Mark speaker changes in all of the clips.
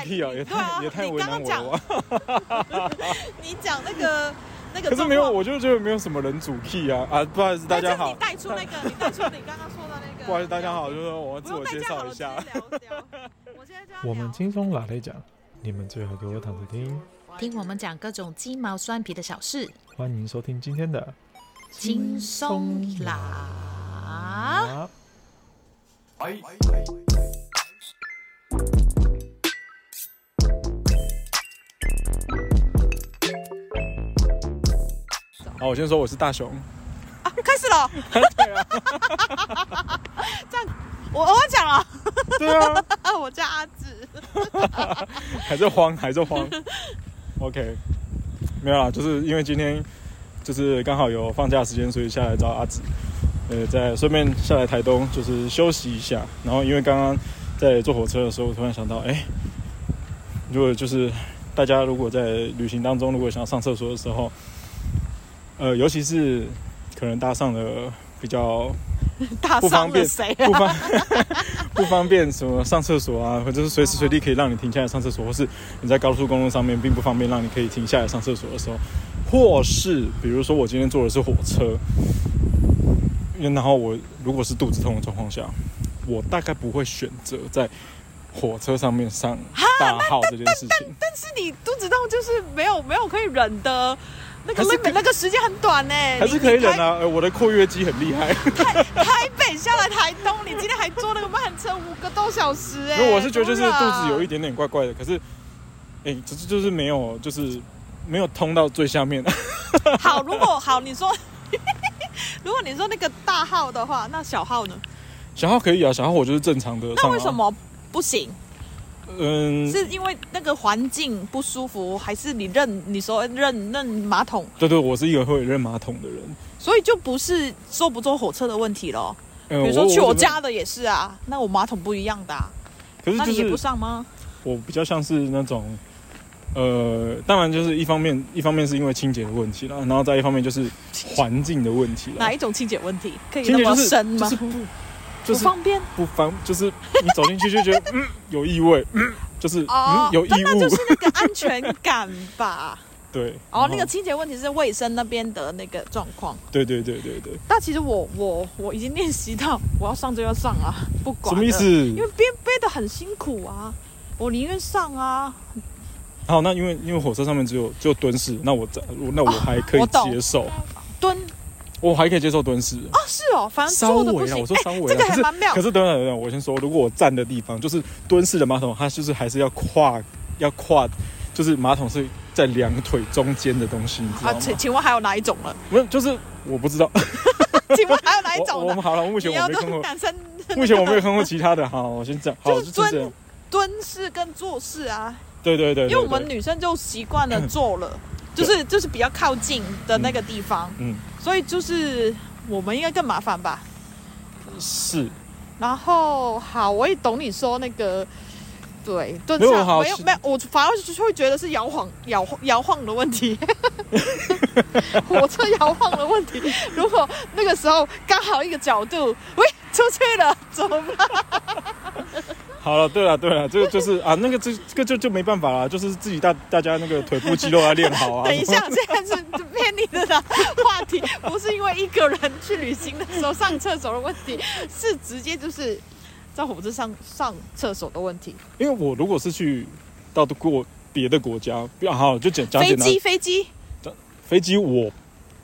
Speaker 1: 屁哦，也
Speaker 2: 对啊
Speaker 1: 太也太
Speaker 2: 你
Speaker 1: 为
Speaker 2: 刚
Speaker 1: 难
Speaker 2: 刚
Speaker 1: 我了吧。
Speaker 2: 你讲那个那个
Speaker 1: 嗯可是
Speaker 2: 状
Speaker 1: 没有，
Speaker 2: 况
Speaker 1: 我就觉得没有什么人主 key 啊啊！不好意思，大家
Speaker 2: 但是
Speaker 1: 好
Speaker 2: 你，带出 那个，你带出你刚刚说的那个。
Speaker 1: 不好意思，大家好，就是说我
Speaker 2: 不
Speaker 1: 自
Speaker 2: 用
Speaker 1: 我
Speaker 2: 带
Speaker 1: 介
Speaker 2: 这样好
Speaker 1: 绍一
Speaker 2: 了直接
Speaker 1: 下
Speaker 2: 聊。聊。我现在就要
Speaker 3: 我们
Speaker 2: 聊
Speaker 3: 轻松拉力讲，你们最好给我躺着听。
Speaker 4: 听我们讲各种鸡毛蒜皮的小事，
Speaker 3: 欢迎收听今天的
Speaker 4: 轻松啦。
Speaker 3: 啊！
Speaker 1: 好，我先说我是大熊，
Speaker 2: 啊，开始 了。
Speaker 1: 啊
Speaker 2: 这样，我我讲了，
Speaker 1: 对啊，
Speaker 2: 我叫阿紫。
Speaker 1: 还在慌，还在慌。OK，没有啦，就是因为今天就是刚好有放假时间，所以下来找阿紫，呃，再顺便下来台东就是休息一下。然后因为刚刚在坐火车的时候，我突然想到，哎、如果就是大家如果在旅行当中，如果想要上厕所的时候，呃，尤其是可能搭上了比较
Speaker 2: 打
Speaker 1: 不
Speaker 2: 伤
Speaker 1: 方
Speaker 2: 了
Speaker 1: 便
Speaker 2: 谁 啊
Speaker 1: 不？方不方便什么上厕所啊，或者是随时随地可以让你停下来上厕所，或是你在高速公路上面并不方便让你可以停下来上厕所的时候，或是比如说我今天坐的是火车，因为然后我如果是肚子痛的状况下，我大概不会选择在火车上面上大号这件事 情。
Speaker 2: 但是你肚子痛就是没有没有可以忍的。那个
Speaker 1: 还是可
Speaker 2: limit 那个时间很短呢、
Speaker 1: 还是可以
Speaker 2: 你
Speaker 1: 忍啊，呃我的括约肌很厉害。
Speaker 2: 你台台北下来台东，你今天还坐那个慢车五个多小时哎、
Speaker 1: 因为我是觉得就是
Speaker 2: 突然
Speaker 1: 肚子有一点点怪怪的，可是，哎、只是就是没有，就是没有通到最下面。
Speaker 2: 好，如果好，你说， 如果你说那个大号的话，那小号呢？
Speaker 1: 小号可以啊，小号我就是正常的上、啊。
Speaker 2: 那为什？么不行？
Speaker 1: 嗯，
Speaker 2: 是因为那个环境不舒服，还是你认你说认认马桶，
Speaker 1: 对对，我是一个会扔马桶的人。
Speaker 2: 所以就不是坐不坐火车的问题咯。
Speaker 1: 嗯
Speaker 2: 比如说去我，
Speaker 1: 我
Speaker 2: 家的也是啊，那我马桶不一样的、啊，
Speaker 1: 可是
Speaker 2: 那
Speaker 1: 就
Speaker 2: 你也不
Speaker 1: 是
Speaker 2: 上吗？
Speaker 1: 我比较像是那种，呃，当然就是一方面，一方面是因为清洁的问题啦，然后再一方面就是环境的问题啦
Speaker 2: 哪。一种清洁问题可以
Speaker 1: 清
Speaker 2: 那
Speaker 1: 洁
Speaker 2: 么
Speaker 1: 就是
Speaker 2: 深
Speaker 1: 就
Speaker 2: 吗？
Speaker 1: 是不就是
Speaker 2: 不方便
Speaker 1: 不方，就是你走进去就觉得 嗯有异味，嗯就是嗯
Speaker 2: 哦，
Speaker 1: 有异
Speaker 2: 那就是
Speaker 1: 物，
Speaker 2: 那个安全感吧。
Speaker 1: 对。
Speaker 2: 哦，那
Speaker 1: 然
Speaker 2: 个
Speaker 1: 后
Speaker 2: 清洁问题是卫生那边的那个状况。
Speaker 1: 对对对对对，
Speaker 2: 但其实我我我已经练习到我要上就要上啊，不管
Speaker 1: 什么意
Speaker 2: 了
Speaker 1: 思？？
Speaker 2: 因为憋憋得很辛苦啊，我宁愿上啊。
Speaker 1: 好，那因为因为火车上面只有只有蹲式，那我在我那我还可以
Speaker 2: 哦我懂
Speaker 1: 接受，
Speaker 2: 蹲
Speaker 1: 我还可以接受蹲式。
Speaker 2: 啊，是哦，反正
Speaker 1: 稍
Speaker 2: 坐的不
Speaker 1: 微啦，
Speaker 2: 行哎
Speaker 1: 我。说稍微
Speaker 2: 这
Speaker 1: 啦
Speaker 2: 个，还蛮妙
Speaker 1: 可是可是等等等等，我先说，如果我站的地方就是蹲式的马桶，它就是还是要跨要跨，就是马桶是在两腿中间的东西，你知道
Speaker 2: 啊，
Speaker 1: 吗？
Speaker 2: 请请问还有哪一种了？
Speaker 1: 没有，就是我不知道，
Speaker 2: 请问还有哪一
Speaker 1: 我
Speaker 2: 种
Speaker 1: 我
Speaker 2: 呢
Speaker 1: 们？好了，目前
Speaker 2: 你
Speaker 1: 我
Speaker 2: 要
Speaker 1: 没
Speaker 2: 跟
Speaker 1: 看过，
Speaker 2: 男生
Speaker 1: 目前我没有看过其他的，好，我先讲，好，
Speaker 2: 就是
Speaker 1: 就是
Speaker 2: 蹲
Speaker 1: 这样，
Speaker 2: 蹲式跟坐式啊，
Speaker 1: 对对对，对
Speaker 2: 因为我们
Speaker 1: 对
Speaker 2: 女生就习惯了坐了，就是就是比较靠近的那个地方，
Speaker 1: 嗯
Speaker 2: 所以就是我们应该更麻烦吧。
Speaker 1: 是
Speaker 2: 然后好，我也懂你说那个，对，蹲
Speaker 1: 没有
Speaker 2: 上
Speaker 1: 好
Speaker 2: 没有
Speaker 1: 是
Speaker 2: 没有，我反而是会觉得是摇晃摇晃摇晃的问 题，火车摇晃的问题。如果那个时候刚好一个角度，喂，出去了，怎么办？
Speaker 1: 好了，对了，对了，这个就是啊，那个这这个就就没办法了，就是自己大大家那个腿部肌肉要练好啊。
Speaker 2: 等一下，现在是偏离的话题，不是因为一个人去旅行的时候上厕所的问题，是直接就是在火车上上厕所的问题。
Speaker 1: 因为我如果是去到过别的国家，比较好就简讲
Speaker 2: 飞
Speaker 1: 简单，
Speaker 2: 机飞机
Speaker 1: 飞机我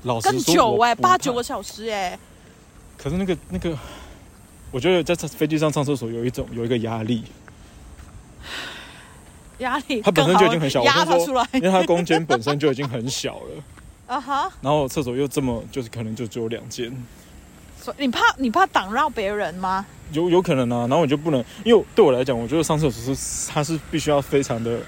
Speaker 1: 老实
Speaker 2: 更
Speaker 1: 说
Speaker 2: 久哎、
Speaker 1: 哎、
Speaker 2: 八九个，小时哎、
Speaker 1: 可是那个那个，我觉得在飞机上上厕所有一种有一个压力，
Speaker 2: 压力
Speaker 1: 它本
Speaker 2: 更
Speaker 1: 身
Speaker 2: 好
Speaker 1: 就已经很小，我
Speaker 2: 压
Speaker 1: 先
Speaker 2: 它
Speaker 1: 说
Speaker 2: 出来，
Speaker 1: 因为它空间本身就已经很小了，
Speaker 2: 啊哈！
Speaker 1: 然后厕所又这么就是可能就只有两间，
Speaker 2: 所以你怕你怕挡到别人吗？
Speaker 1: 有有可能啊，然后我就不能，因为对我来讲，我觉得上厕所是它是必须要非常的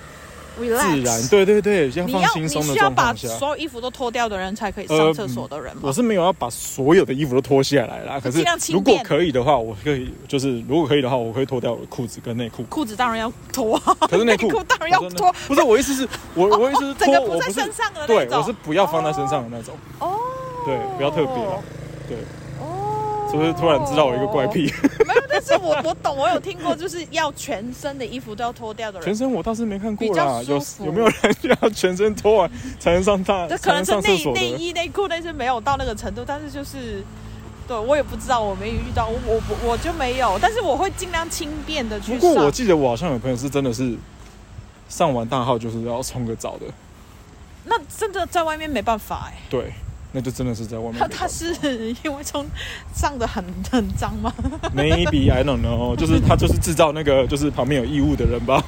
Speaker 1: 自然，
Speaker 2: Relax
Speaker 1: 对对对，要
Speaker 2: 你
Speaker 1: 放
Speaker 2: 要
Speaker 1: 轻
Speaker 2: 你
Speaker 1: 松的
Speaker 2: 需要
Speaker 1: 状
Speaker 2: 把
Speaker 1: 况下。
Speaker 2: 所有衣服都脱掉的人才可以
Speaker 1: 呃
Speaker 2: 上厕所的人
Speaker 1: 我
Speaker 2: 吗？
Speaker 1: 是没有要把所有的衣服都脱下来啦，可是
Speaker 2: 尽量轻
Speaker 1: 如果
Speaker 2: 便。
Speaker 1: 可以的话，我可以就是如果可以的话，我会脱掉我的裤子跟内裤
Speaker 2: 裤子当然要脱，
Speaker 1: 可是内裤
Speaker 2: 哦内裤当然要
Speaker 1: 我真的
Speaker 2: 脱哦
Speaker 1: 不是我意思是，我我意思是
Speaker 2: 整
Speaker 1: 脱，
Speaker 2: 个
Speaker 1: 我
Speaker 2: 在
Speaker 1: 不是
Speaker 2: 身上的那
Speaker 1: 对，
Speaker 2: 种。
Speaker 1: 我是不要放在身上的那种，
Speaker 2: 哦，
Speaker 1: 对，不要特别了，对，
Speaker 2: 哦，
Speaker 1: 是不是突然知道我一个怪癖？
Speaker 2: 没有？没有，哦 但是我我懂，我有听过，就是要全身的衣服都要脱掉的
Speaker 1: 全
Speaker 2: 人，
Speaker 1: 身我倒是没看过
Speaker 2: 比
Speaker 1: 啦
Speaker 2: 较，
Speaker 1: 有
Speaker 2: 舒服
Speaker 1: 有没有人需要全身脱完才能上 大
Speaker 2: 这
Speaker 1: 才
Speaker 2: 可
Speaker 1: 能
Speaker 2: 能是
Speaker 1: 上厕
Speaker 2: 内
Speaker 1: 所
Speaker 2: 内
Speaker 1: 的？
Speaker 2: 衣内裤那些没有到那个程度，但是就是。对，我也不知道，我没遇到，我我我我就没有，但是我会尽量轻便的
Speaker 1: 不
Speaker 2: 去
Speaker 1: 过我
Speaker 2: 上。
Speaker 1: 记得我好像有朋友是真的是上完大号就是要冲个澡的，
Speaker 2: 那真的在外面没办法哎、
Speaker 1: 对，那就真的是在外面
Speaker 2: 他。他是因为冲上的很很脏吗？
Speaker 1: Maybe I don't know，就是他就是制造那个就是旁边有异物的人吧。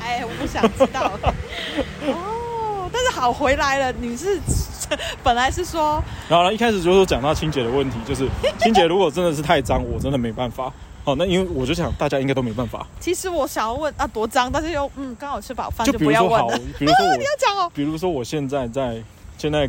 Speaker 2: 哎，我不想知道。 哦，但是好回来了，你是本来是说
Speaker 1: 然后呢，一开始就是讲到清洁的问题，就是清洁如果真的是太脏，我真的没办法。好，那因为我就想大家应该都没办法，
Speaker 2: 其实我想要问啊，多脏，但是又嗯，刚好吃饱饭
Speaker 1: 就比
Speaker 2: 不
Speaker 1: 如
Speaker 2: 要
Speaker 1: 说
Speaker 2: 问
Speaker 1: 好
Speaker 2: 了。，
Speaker 1: 比如说我
Speaker 2: 要讲哦，
Speaker 1: 比如说我现在在现在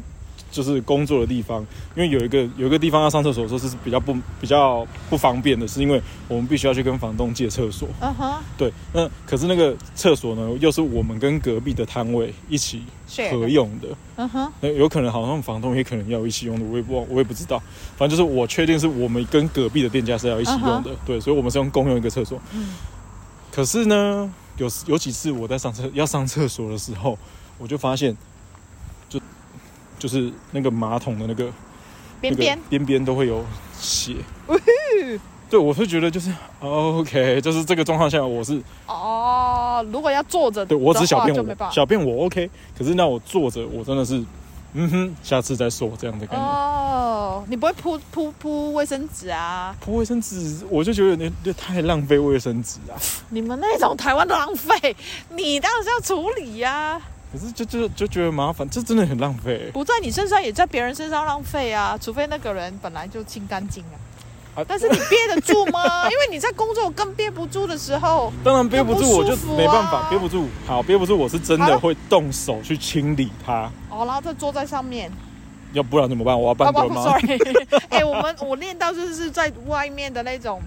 Speaker 1: 就是工作的地方，因为有一个有一个地方要上厕所，说是比较不比较不方便的，是因为我们必须要去跟房东借厕所。
Speaker 2: 嗯哼，
Speaker 1: 对，那可是那个厕所呢，又是我们跟隔壁的摊位一起
Speaker 2: 是
Speaker 1: 合用的，
Speaker 2: 嗯哼，
Speaker 1: 那有可能好像房东也可能要一起用的，我也不我也不知道。反正就是我确定是我们跟隔壁的店家是要一起用的对，所以我们是用共用一个厕所。
Speaker 2: 嗯
Speaker 1: 可是呢，有有几次我在上厕要上厕所的时候，我就发现，就就是那个马桶的那个
Speaker 2: 边边
Speaker 1: 那个边边都会有血。对，我是觉得就是哦 OK，就是这个状况下我是
Speaker 2: 哦，如果要坐着的
Speaker 1: 对
Speaker 2: 话，
Speaker 1: 我只小便
Speaker 2: 就没办
Speaker 1: 我
Speaker 2: 法。
Speaker 1: 小便我 OK，可是那我坐着我真的是嗯哼，下次再说这样的感觉。
Speaker 2: 哦，你不会铺铺铺卫生纸啊？
Speaker 1: 铺卫生纸，我就觉得有点有点太浪费卫生纸啊。
Speaker 2: 你们那种台湾的浪费，你当然是要处理呀、
Speaker 1: 可是就就就觉得麻烦，这真的很浪费、
Speaker 2: 不在你身上也在别人身上浪费啊，除非那个人本来就清干净啊。
Speaker 1: 啊
Speaker 2: 但是你憋得住 吗？因为你在工作更憋不住的时候，
Speaker 1: 当然憋不住，
Speaker 2: 就
Speaker 1: 我
Speaker 2: 不
Speaker 1: 就
Speaker 2: 舒服啊啊
Speaker 1: 没办法憋不住。好，憋不住，我是真的
Speaker 2: 好
Speaker 1: 会动手去清理它，
Speaker 2: 哦，然后再坐在上面，
Speaker 1: 要不然怎么办？我要半
Speaker 2: 啊不
Speaker 1: 蹲吗？
Speaker 2: ，sorry，哎、 我们我练到就是在外面的那种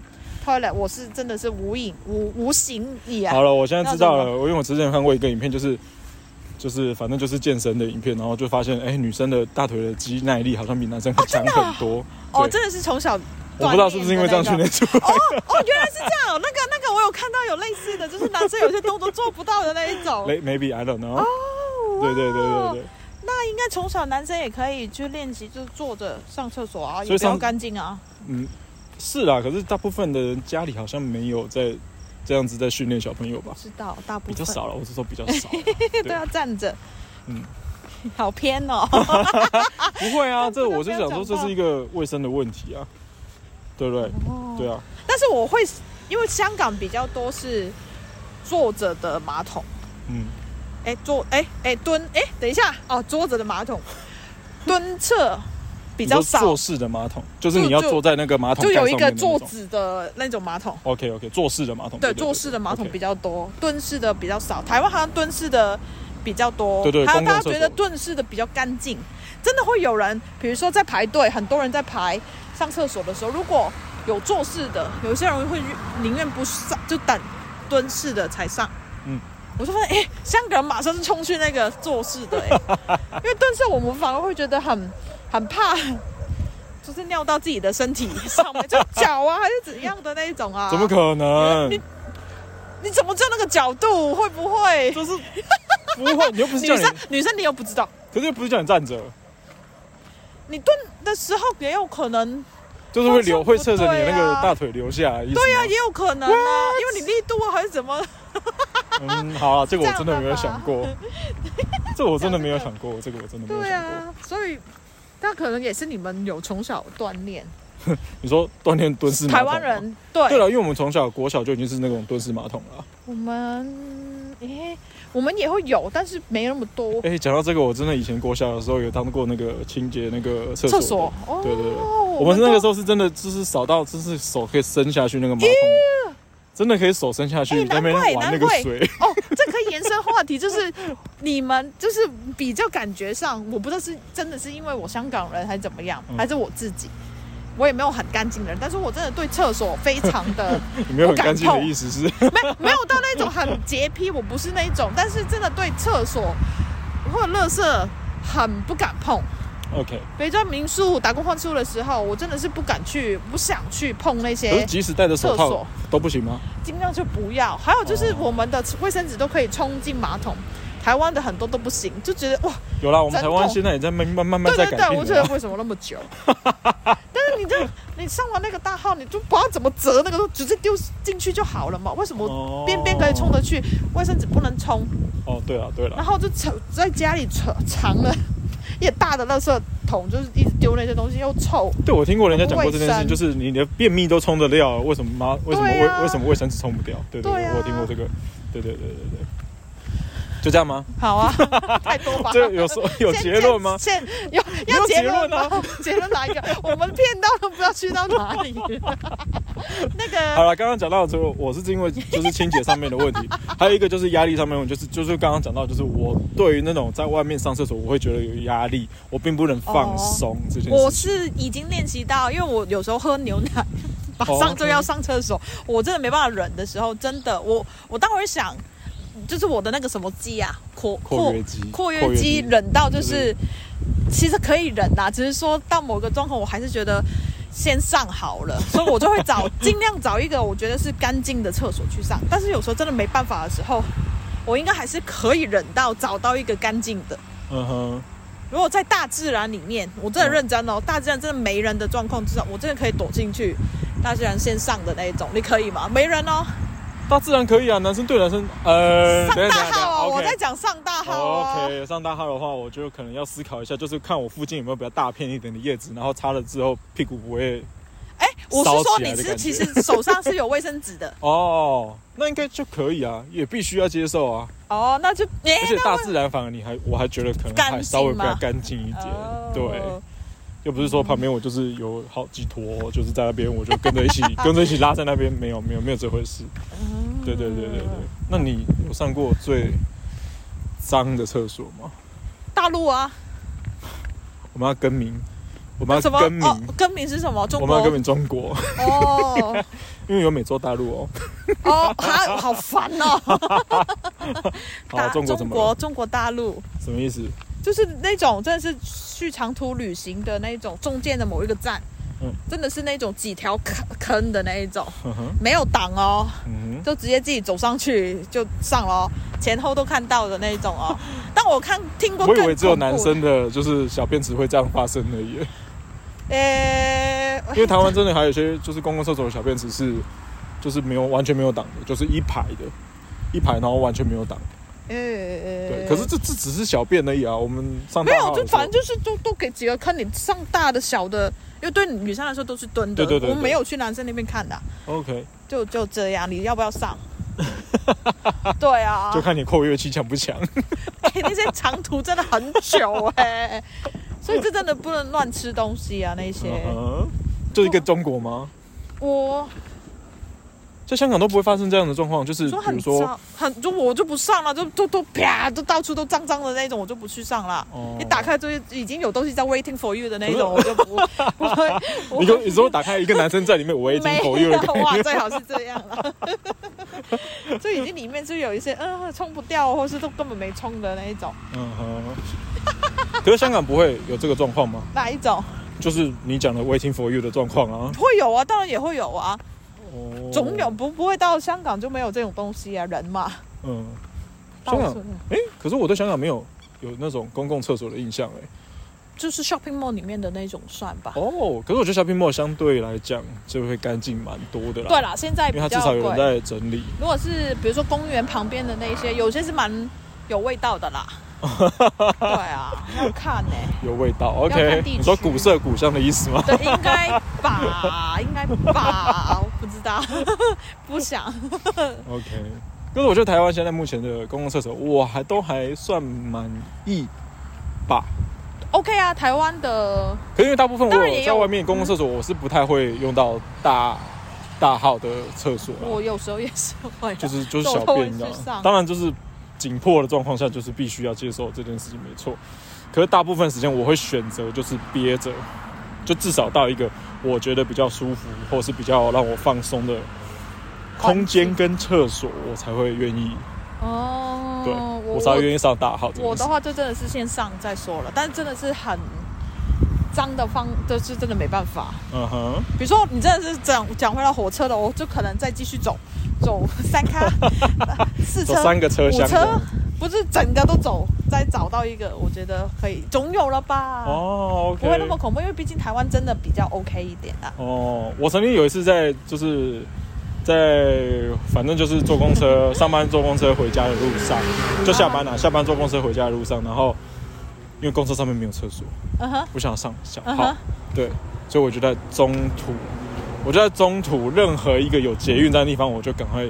Speaker 2: toilet，我是真的是无影无无形矣啊
Speaker 1: 好。了，我现在知道了。
Speaker 2: 那怎
Speaker 1: 我因为我之前看过一个影片，就是就是反正就是健身的影片，然后就发现，哎、女生的大腿的肌耐力好像比男生强很多。
Speaker 2: 哦，
Speaker 1: 对
Speaker 2: 真的是从小、
Speaker 1: 我不知道是不是因为这样训练出来。
Speaker 2: 哦，原来是这样。那个那个，我有看到有类似的，就是男生有些动作做不到的那一 种。
Speaker 1: may- Maybe I don't know、
Speaker 2: 哦
Speaker 1: 对对对对对。
Speaker 2: 那应该从小男生也可以去练习，就是坐着上厕所啊，
Speaker 1: 所
Speaker 2: 也
Speaker 1: 以
Speaker 2: 比较
Speaker 1: 上
Speaker 2: 干净啊。
Speaker 1: 嗯，是啦，可是大部分的人家里好像没有在这样子在训练小朋友吧，
Speaker 2: 知道大部
Speaker 1: 比
Speaker 2: 分
Speaker 1: 较 少了，我是说比较少啦。
Speaker 2: 都要站着。
Speaker 1: 嗯，
Speaker 2: 好偏哦。
Speaker 1: 不会啊，这
Speaker 2: 不知道
Speaker 1: 我就想说
Speaker 2: 不
Speaker 1: 这
Speaker 2: 要讲话
Speaker 1: 是一个卫生的问题啊，对不对？
Speaker 2: 哦
Speaker 1: 对啊，
Speaker 2: 但是我会，因为香港比较多是坐着的马桶，
Speaker 1: 嗯，
Speaker 2: 哎、坐，哎、哎、蹲，哎、等一下哦，坐着的马桶， 蹲厕比
Speaker 1: 比
Speaker 2: 较少
Speaker 1: 坐，式的马桶，就是你
Speaker 2: 就
Speaker 1: 要
Speaker 2: 就
Speaker 1: 坐在那个马桶
Speaker 2: 就
Speaker 1: 盖上
Speaker 2: 有一
Speaker 1: 面
Speaker 2: 个
Speaker 1: 的那
Speaker 2: 坐
Speaker 1: 种。
Speaker 2: 子的那种马桶。
Speaker 1: OK OK，坐式的马桶，
Speaker 2: 对，坐式的马桶
Speaker 1: OK
Speaker 2: 比较多，蹲式的比较少。台湾好像蹲式的比较多，
Speaker 1: 对对
Speaker 2: 还有
Speaker 1: 公共
Speaker 2: 大家
Speaker 1: 厕
Speaker 2: 觉得
Speaker 1: 所
Speaker 2: 蹲式的比较干净。真的会有人，比如说在排队，很多人在排上厕所的时候，如果有坐式的，有些人会宁愿不上，就等蹲式的才上。
Speaker 1: 嗯，
Speaker 2: 我就发现，哎、香港人马上就冲去那 个坐式的、哎，因为蹲式我们反而会觉得很很怕。 就是尿到自己的身体上面，就脚啊，还是怎样的那一种啊？
Speaker 1: 怎么可能？
Speaker 2: 你你怎么知道那个角度会不会？
Speaker 1: 就是不会，你又不是叫
Speaker 2: 女
Speaker 1: 你
Speaker 2: 生，女生你又不知道，
Speaker 1: 可是又不是叫你站着，
Speaker 2: 你蹲的时候也有可能，
Speaker 1: 就是会流，
Speaker 2: 哦方向不
Speaker 1: 会侧着你的那
Speaker 2: 对
Speaker 1: 个
Speaker 2: 啊
Speaker 1: 大腿流下来。对
Speaker 2: 对呀、也有可能啊，因为你力度啊还是怎么，
Speaker 1: 嗯，好啊，这个我
Speaker 2: 这样
Speaker 1: 真的没有
Speaker 2: 的吧
Speaker 1: 想 过，这个我真的没有想过，这个我真的没有
Speaker 2: 对
Speaker 1: 想过。
Speaker 2: 啊，所以那可能也是你们有从小锻炼，
Speaker 1: 你说锻炼蹲式马
Speaker 2: 台
Speaker 1: 桶吗
Speaker 2: 湾。人对，
Speaker 1: 对了，因为我们从小国小就已经是那种蹲式马桶了。
Speaker 2: 我们诶、我们也会有，但是没那么多。
Speaker 1: 哎、讲到这个，我真的以前国小的时候有当过那个清洁那个厕所
Speaker 2: 厕
Speaker 1: 的。
Speaker 2: 所哦，
Speaker 1: 对对对
Speaker 2: 我
Speaker 1: 我们那个时
Speaker 2: 候
Speaker 1: 候是真的，就是扫到，就是手可以伸下去那个马桶，真的可以手伸下去，
Speaker 2: 哎
Speaker 1: 在那边
Speaker 2: 难怪
Speaker 1: 玩那个
Speaker 2: 难怪
Speaker 1: 水。
Speaker 2: 哦，这可以延伸话题，就是你们就是比较感觉上，我不知道是真的是因为我香港人还是怎么样，
Speaker 1: 嗯
Speaker 2: 还是我自己，我也没有很干净的人，但是我真的对厕所非常的
Speaker 1: 你没有很
Speaker 2: 不敢
Speaker 1: 干净的
Speaker 2: 碰
Speaker 1: 意思是？
Speaker 2: 没没有到那种很洁癖，我不是那一种，但是真的对厕所或者垃圾很不敢碰，
Speaker 1: OK，
Speaker 2: 北专民宿打工换宿的时候，我真的是不敢去，不想去碰那
Speaker 1: 可
Speaker 2: 些
Speaker 1: 是即使戴着
Speaker 2: 厕
Speaker 1: 手套
Speaker 2: 所，
Speaker 1: 都不行吗？
Speaker 2: 尽量就不要。还有就是
Speaker 1: 哦
Speaker 2: 我们的卫生纸都可以冲进马桶，台湾的很多都不行，就觉得哇，
Speaker 1: 有啦，我们
Speaker 2: 真
Speaker 1: 台
Speaker 2: 的
Speaker 1: 湾现在也在慢慢慢慢
Speaker 2: 对
Speaker 1: 在
Speaker 2: 对
Speaker 1: 改
Speaker 2: 对，
Speaker 1: 变
Speaker 2: 我觉得
Speaker 1: 了啦。
Speaker 2: 为什么那么久？但是你这你上完那个大号，你就不知道怎么折那个，都直接丢进去就好了嘛。为什么
Speaker 1: 哦
Speaker 2: 边边可以冲得去，卫生纸不能冲？
Speaker 1: 哦，对了对
Speaker 2: 然
Speaker 1: 了，
Speaker 2: 后就藏在家里藏藏了 也大的垃圾桶，就是一直丢那些东西，又臭。
Speaker 1: 对我听过人家讲过这件事情，
Speaker 2: 很卫生
Speaker 1: 就是你的便秘都冲得了，为什么妈为什么
Speaker 2: 对
Speaker 1: 卫
Speaker 2: 啊
Speaker 1: 为什么卫生纸冲不掉？对对，
Speaker 2: 对
Speaker 1: 对
Speaker 2: 啊
Speaker 1: 我听过这个，对对对对对，就这样 吗？
Speaker 2: 好啊，太多吧。
Speaker 1: 这有说有
Speaker 2: 先
Speaker 1: 结论吗？
Speaker 2: 先先有要
Speaker 1: 有结
Speaker 2: 结
Speaker 1: 论
Speaker 2: 论
Speaker 1: 啊
Speaker 2: 吗？ 结论哪一个？我们骗到都不知道去到哪里。 那
Speaker 1: 好
Speaker 2: 个
Speaker 1: 了，刚刚讲到这个，我是因为就是清洁上面的问 题，还有一个就是压力上面的问题，就是就是刚刚讲到，就是我对于那种在外面上厕所，我会觉得有压力，我并不能放松这件
Speaker 2: 哦我
Speaker 1: 事情。
Speaker 2: 是已经练习到，因为我有时候喝牛奶，马
Speaker 1: 哦
Speaker 2: 上就要上厕所，我真的没办法忍的时候，真的我我待会儿想，就是我的那个什么肌啊，括
Speaker 1: 括约肌，
Speaker 2: 括约肌忍到就是，其实可以忍啦、只是说到某个状况，我还是觉得先上好 了，所以我就会找尽量找一个我觉得是干净的厕所去上。但是有时候真的没办法的时候，我应该还是可以忍到找到一个干净的。
Speaker 1: 嗯哼，
Speaker 2: 如果在大自然里面，我真的
Speaker 1: 嗯
Speaker 2: 认真哦，大自然真的没人的状况之下，我真的可以躲进去大自然先上的那一种，你可以吗？没人哦，
Speaker 1: 大自然可以啊，男生对男生， 呃，
Speaker 2: 上
Speaker 1: 等一下
Speaker 2: 大号哦，我在。讲上大
Speaker 1: 等一下
Speaker 2: 号
Speaker 1: OK
Speaker 2: 哦。
Speaker 1: OK，上大号的话，我就可能要思考一下，就是看我附近有没有比较大片一点的叶子，然后擦了之后屁股不会。
Speaker 2: 哎、我是
Speaker 1: 烧
Speaker 2: 说
Speaker 1: 起来
Speaker 2: 你
Speaker 1: 的
Speaker 2: 是
Speaker 1: 感觉
Speaker 2: 其实手上是有卫生纸的。
Speaker 1: 哦，那应该就可以啊，也必须要接受啊。
Speaker 2: 哦，那就哎、
Speaker 1: 而且大自然反而你还，我还觉得可能还稍微比较干净一
Speaker 2: 那
Speaker 1: 点，
Speaker 2: 哦
Speaker 1: 对，又不是说旁边我就是有好几坨，就是在那边我就跟着一 起跟着一起拉在那边，没有没有没有这回事，对对对对对。那你有上过最脏的厕所吗？
Speaker 2: 大陆啊，
Speaker 1: 我们要更名，我们
Speaker 2: 什
Speaker 1: 要
Speaker 2: 么
Speaker 1: 啊更名，
Speaker 2: 哦，更名是什么？中
Speaker 1: 我
Speaker 2: 国
Speaker 1: 们要更名中国，
Speaker 2: 哦
Speaker 1: 因为有美洲大陆哦。
Speaker 2: 哦，好好烦哦。
Speaker 1: 好啊，
Speaker 2: 大
Speaker 1: 中国怎
Speaker 2: 中
Speaker 1: 么了
Speaker 2: 国中国大陆
Speaker 1: 什么意思？
Speaker 2: 就是那种真的是去长途旅行的那一种中间的某一个站，
Speaker 1: 嗯
Speaker 2: 真的是那种几条坑坑的那一种，
Speaker 1: 嗯哼，
Speaker 2: 没有挡哦，
Speaker 1: 嗯
Speaker 2: 就直接自己走上去就上了哦，前后都看到的那一种 哦。但我看听
Speaker 1: 哼，我
Speaker 2: 过更恐怖的，
Speaker 1: 以为只有男生的，就是小便池会这样发生而已。
Speaker 2: 呃，
Speaker 1: 因为台湾真的还有一些就是公共厕所的小便池是，就是没有完全没有挡的，就是一排的，一排然后完全没有挡。
Speaker 2: 呃，
Speaker 1: 对，可是这这只是小便而已啊，我们上大
Speaker 2: 没有，
Speaker 1: 号的
Speaker 2: 就
Speaker 1: 时候
Speaker 2: 反正就是都都给几个坑，你上大的、小的，因为对女生来说都是蹲的，
Speaker 1: 对对对对
Speaker 2: 我们没有去男生那边看的啊、
Speaker 1: OK，
Speaker 2: 就就这样，你要不要 上？对啊，
Speaker 1: 就看你括约肌强不强。
Speaker 2: 哎那些长途真的很久哎、所以这真的不能乱吃东西啊那些。
Speaker 1: 嗯哼就是一个中国吗？
Speaker 2: 我
Speaker 1: 在香港都不会发生这样的状况，就是
Speaker 2: 说
Speaker 1: 比
Speaker 2: 很
Speaker 1: 如说
Speaker 2: 脏，很就我就不上了，就就都啪，就到处都脏脏的那种，我就不去上了。
Speaker 1: 哦
Speaker 2: 一打，开就是已经有东西在 waiting for you 的那
Speaker 1: 可是
Speaker 2: 种，我就不 不会。我
Speaker 1: 你说你说打开一个男生在里面，我已经
Speaker 2: 没
Speaker 1: 口欲了，
Speaker 2: 有 哇，最好是这样了，就已经里面就有一些嗯冲不掉，或是都根本没冲的那一种，
Speaker 1: 嗯哼。可是香港不会有这个状况吗？
Speaker 2: 哪一种
Speaker 1: 就是你讲的 waiting for you 的状况啊，
Speaker 2: 会有啊？当然也会有啊，
Speaker 1: 哦
Speaker 2: 总有不不会到香港就没有这种东西啊，人嘛，
Speaker 1: 嗯，
Speaker 2: 到
Speaker 1: 香港
Speaker 2: 处都有
Speaker 1: 哎、可是我对香港没有有那种公共厕所的印象哎、
Speaker 2: 就是 shopping mall 里面的那种算吧。
Speaker 1: 哦，可是我觉得 shopping mall 相对来讲就会干净蛮多的啦。
Speaker 2: 对，啦，现在
Speaker 1: 因
Speaker 2: 比
Speaker 1: 为它至
Speaker 2: 较
Speaker 1: 少有人
Speaker 2: 贵。
Speaker 1: 在整理。
Speaker 2: 如果是比如说公园旁边的那一些，有些是蛮有味道的 啦。对啊，要看呢、
Speaker 1: 有味道
Speaker 2: 要
Speaker 1: ，OK？
Speaker 2: 看地区
Speaker 1: 你说古色古香的意思吗？
Speaker 2: 对，应该吧，应该吧，我不知道， 不想。
Speaker 1: OK，可是我觉得台湾现在目前的公共厕所，我还都还算满意吧。
Speaker 2: OK 啊，台湾的
Speaker 1: 可是因为大部分我
Speaker 2: 当然也
Speaker 1: 有
Speaker 2: 有
Speaker 1: 在外面公共厕所，我是不太会用到大大号的厕所啦，啊
Speaker 2: 我有时候也是会啊，
Speaker 1: 就是就是
Speaker 2: 走
Speaker 1: 小
Speaker 2: 透会
Speaker 1: 便
Speaker 2: 去
Speaker 1: 这样
Speaker 2: 上
Speaker 1: 当然就是紧迫的状况下，就是必须要接受这件事情，没错。可是大部分时间我会选择就是憋着，就至少到一个我觉得比较舒服，或是比较让我放松的空间跟厕所，我才会愿意，
Speaker 2: 哦，
Speaker 1: 对、
Speaker 2: 我
Speaker 1: 我才会
Speaker 2: 我
Speaker 1: 愿意上大号这件
Speaker 2: 我
Speaker 1: 事
Speaker 2: 的。话就真的是先上再说了，但真的是很脏的方，就是真的没办法。
Speaker 1: 嗯哼，
Speaker 2: 比如说你真的是讲讲回到火车了，我就可能再继续走，走 三咖、四
Speaker 1: 走
Speaker 2: 车、
Speaker 1: 三个车
Speaker 2: 五
Speaker 1: 厢这
Speaker 2: 车
Speaker 1: 样。，
Speaker 2: 不是整个都走，再找到一个，我觉得可以，总有了吧。
Speaker 1: 哦，OK，
Speaker 2: 不会那么恐怖，因为毕竟台湾真的比较 OK 一点啊。
Speaker 1: 哦，我曾经有一次在就是在反正就是坐公车上班坐公车回家的路上，就下班了、啊
Speaker 2: 嗯
Speaker 1: 下班坐公车回家的路上，然后因为公车上面没有厕所，
Speaker 2: 嗯哼，
Speaker 1: 我想上小
Speaker 2: 嗯
Speaker 1: 号
Speaker 2: 哼，
Speaker 1: 对，所以我就在中途，我就在中途任何一个有捷运站的地方，我就赶快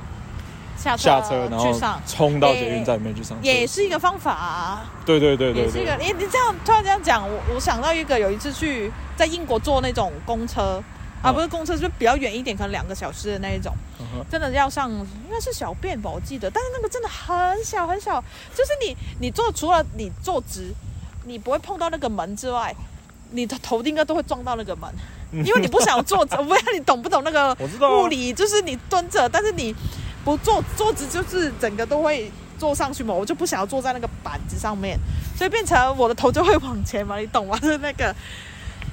Speaker 2: 下车
Speaker 1: 下车，然后
Speaker 2: 啊去上。
Speaker 1: 冲到捷运站里面去上厕
Speaker 2: 也
Speaker 1: 所。
Speaker 2: 是一个方法、啊，
Speaker 1: 对对对对
Speaker 2: 也是一个。
Speaker 1: 对，
Speaker 2: 诶，你这样突然这样讲，我我想到一个，有一次去在英国坐那种公车，啊，
Speaker 1: 嗯
Speaker 2: 不是公车，就比较远一点，可能两个小时的那一种，
Speaker 1: 嗯哼
Speaker 2: 真的要上应该是小便吧，我记得，但是那个真的很小很小，就是你你坐除了你坐直，你不会碰到那个门之外，你的头应该都会撞到那 个门，因为你不想坐直，我不知道你懂不懂那个
Speaker 1: 我知道啊
Speaker 2: 物理，就是你蹲着，但是你不坐坐直，就是整个都会坐上去嘛。我就不想要坐在那个板子上面，所以变成我的头就会往前嘛，你懂吗？ 就是那个，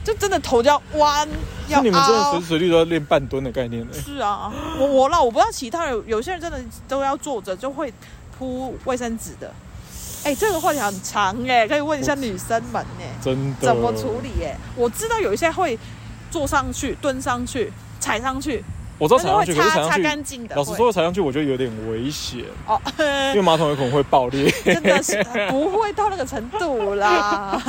Speaker 2: 就真的头就要弯，要
Speaker 1: 是你们真的
Speaker 2: 凹
Speaker 1: 随时。随地都在练半蹲的概念呢、欸
Speaker 2: 是啊，我我啦，我不知道其他人，有些人真的都要坐着，就会铺卫生纸的。哎、这个话题很长哎、可以问一下女生们哎、
Speaker 1: 真的
Speaker 2: 怎么处？理、欸？哎，我知道有一些会坐上去、蹲上去、踩上去，
Speaker 1: 啊我知
Speaker 2: 但
Speaker 1: 道
Speaker 2: 是
Speaker 1: 踩上
Speaker 2: 哎会
Speaker 1: 去，可是踩
Speaker 2: 擦擦
Speaker 1: 上去
Speaker 2: 干净的。
Speaker 1: 老实
Speaker 2: 会
Speaker 1: 说，踩上去我觉得有点危 险，
Speaker 2: 哦，
Speaker 1: 因为马桶有可能会爆裂。
Speaker 2: 真的是不会到那个程 度啦。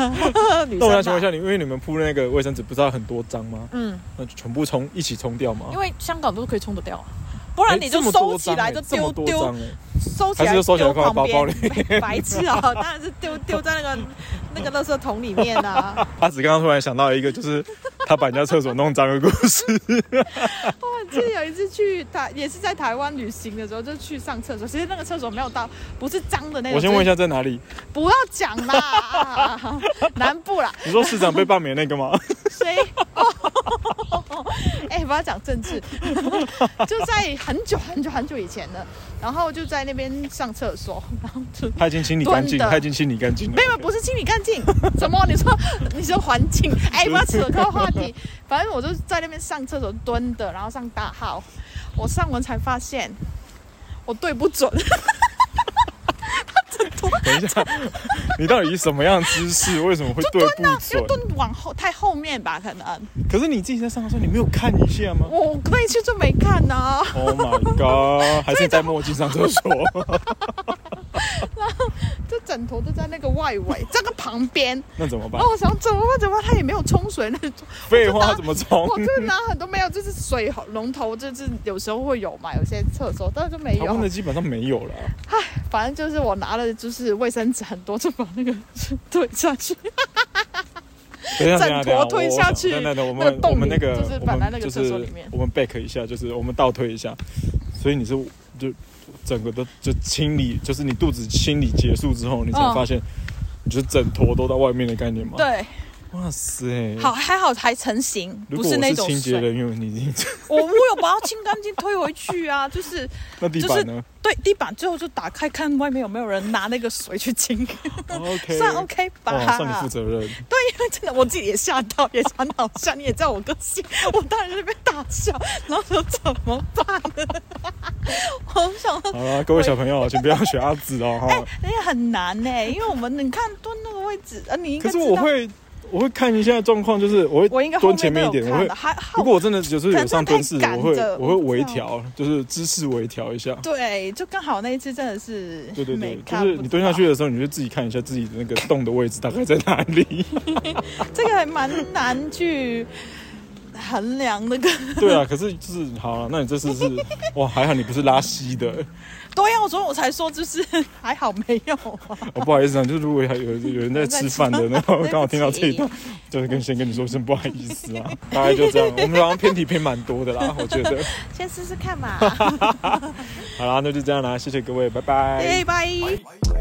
Speaker 2: 女
Speaker 1: 那我想
Speaker 2: 生啊
Speaker 1: 请问一
Speaker 2: 嘛，
Speaker 1: 下你，因为你们铺那个卫生纸不是要很多张吗？
Speaker 2: 嗯，
Speaker 1: 那就全部冲一起冲掉吗？
Speaker 2: 因为香港都是可以冲得掉啊，不
Speaker 1: 哦哎
Speaker 2: 然你就
Speaker 1: 这么
Speaker 2: 收
Speaker 1: 多
Speaker 2: 起
Speaker 1: 张
Speaker 2: 来
Speaker 1: 哎
Speaker 2: 就
Speaker 1: 这
Speaker 2: 丢
Speaker 1: 么多
Speaker 2: 丢
Speaker 1: 张哎
Speaker 2: 收起来
Speaker 1: 还是收起来
Speaker 2: 丢
Speaker 1: 放在
Speaker 2: 旁
Speaker 1: 包包
Speaker 2: 边， 白痴啊，当然是丢丢在那个 那个垃圾桶里面啊。
Speaker 1: 阿紫刚刚突然想到一个，就是他把人家厕所弄脏的故 事。
Speaker 2: 我记得有一次去台，也是在台湾旅行的时候，就去上厕所。其实那个厕所没有到，不是脏的那种。
Speaker 1: 我先问一下在哪里？
Speaker 2: 就是，不要讲啦， 南部啦，
Speaker 1: 你说市长被罢免那个 吗？
Speaker 2: 谁？哎、不要讲政治， 就在很久很久很久以前的，然后就在那边上厕所，然后就
Speaker 1: 他已经清理干净，
Speaker 2: 蹲的
Speaker 1: 他已经清理干净了
Speaker 2: 没。有，不是清理干净。 什么？你说你说环境？哎，不要扯开话题。反正我就在那边上厕所蹲的，然后上大号。我上完才发现，我对不准，
Speaker 1: 等一下， 你到底以什么样的姿势？为什么会对不
Speaker 2: 啊因为
Speaker 1: 准？
Speaker 2: 蹲啊往后太后面吧，可能
Speaker 1: 可是你自己在上的时候，你没有看一下吗
Speaker 2: 我那一次就没看啊呢、
Speaker 1: ？Oh my god！还是你戴墨镜上厕 所？
Speaker 2: 这枕头就在那个外围，这个旁边。
Speaker 1: 那怎么办
Speaker 2: 然？后我想怎么办？怎么办？它也没有冲水那种。
Speaker 1: 废话怎么冲？
Speaker 2: 我就拿很多没有，就是水龙头，就是有时候会有嘛，有些厕所，但是就没
Speaker 1: 台湾
Speaker 2: 有
Speaker 1: 的。基本上没有了。
Speaker 2: 反正就是我拿了就是卫生纸很多，就把那个 推下去。
Speaker 1: 等一下，等一下，
Speaker 2: 整坨推下去
Speaker 1: 等一下等一下我
Speaker 2: 那
Speaker 1: 们
Speaker 2: 个洞
Speaker 1: 我们那个
Speaker 2: 里就是
Speaker 1: 我
Speaker 2: 本
Speaker 1: 们
Speaker 2: 来那个
Speaker 1: 就
Speaker 2: 厕所里
Speaker 1: 是
Speaker 2: 面
Speaker 1: 我们 back 一下，就是我们倒推一下。所以你是就整个都就清理，就是你肚子清理结束之后，你才
Speaker 2: 嗯
Speaker 1: 发现，你就是整坨都到外面的概念吗？。
Speaker 2: 对，
Speaker 1: 哇塞！
Speaker 2: 好，还好还成型，
Speaker 1: 如
Speaker 2: 不
Speaker 1: 果我
Speaker 2: 那
Speaker 1: 是
Speaker 2: 种
Speaker 1: 清洁
Speaker 2: 水。
Speaker 1: 人员，你已经
Speaker 2: 我我有把它清干净推回去啊， 就是
Speaker 1: 那地板呢
Speaker 2: 对地板最后就打开看外面有没有人拿那个水去清，
Speaker 1: ？OK，
Speaker 2: 算 OK 吧。
Speaker 1: 哇，哦算你负责任。
Speaker 2: 对，因为真的我自己也吓到，也很好笑，你也知道我个性，我当然是被大笑，然后说怎么办呢？ 我想说
Speaker 1: 好了，各位小朋友，请不要学阿紫哦哈。
Speaker 2: 那也很难呢、因为我们你看蹲那个位置，呃，你应该
Speaker 1: 可是
Speaker 2: 知
Speaker 1: 我
Speaker 2: 道，
Speaker 1: 会我会看一下状况，就是我
Speaker 2: 我应该
Speaker 1: 会
Speaker 2: 后
Speaker 1: 蹲前
Speaker 2: 面都
Speaker 1: 面一点，
Speaker 2: 有
Speaker 1: 我
Speaker 2: 看
Speaker 1: 会
Speaker 2: 的，还好
Speaker 1: 如果我真的有时候有上蹲式，
Speaker 2: 可能
Speaker 1: 我会
Speaker 2: 真的太赶着
Speaker 1: 我会微调，就是姿势微调一下。
Speaker 2: 对，就刚好那一次真的是
Speaker 1: 对对
Speaker 2: 没
Speaker 1: 对，就
Speaker 2: 看，
Speaker 1: 是
Speaker 2: 不
Speaker 1: 你
Speaker 2: 知
Speaker 1: 蹲下
Speaker 2: 道
Speaker 1: 去，的时候，你就自己看一下自己的那个洞的位置大概在哪 里。
Speaker 2: 这个还蛮难去衡量 那个。
Speaker 1: 对啊，可是就是好了，那你这次是哇，还好你不是拉稀 的。
Speaker 2: 对啊呀、我所以我才说就是 还好没有啊。
Speaker 1: 哦，不好意思啊，就是如果还有有人在吃饭的，然后刚好听到这一 段，就是跟先跟你说声不好意思啊，大概就这样。我们好像偏题偏蛮多的啦，我觉得。
Speaker 2: 先试试看嘛。
Speaker 1: 好啦，那就这样啦，谢谢各位，拜拜。
Speaker 2: 哎拜拜。
Speaker 5: Bye.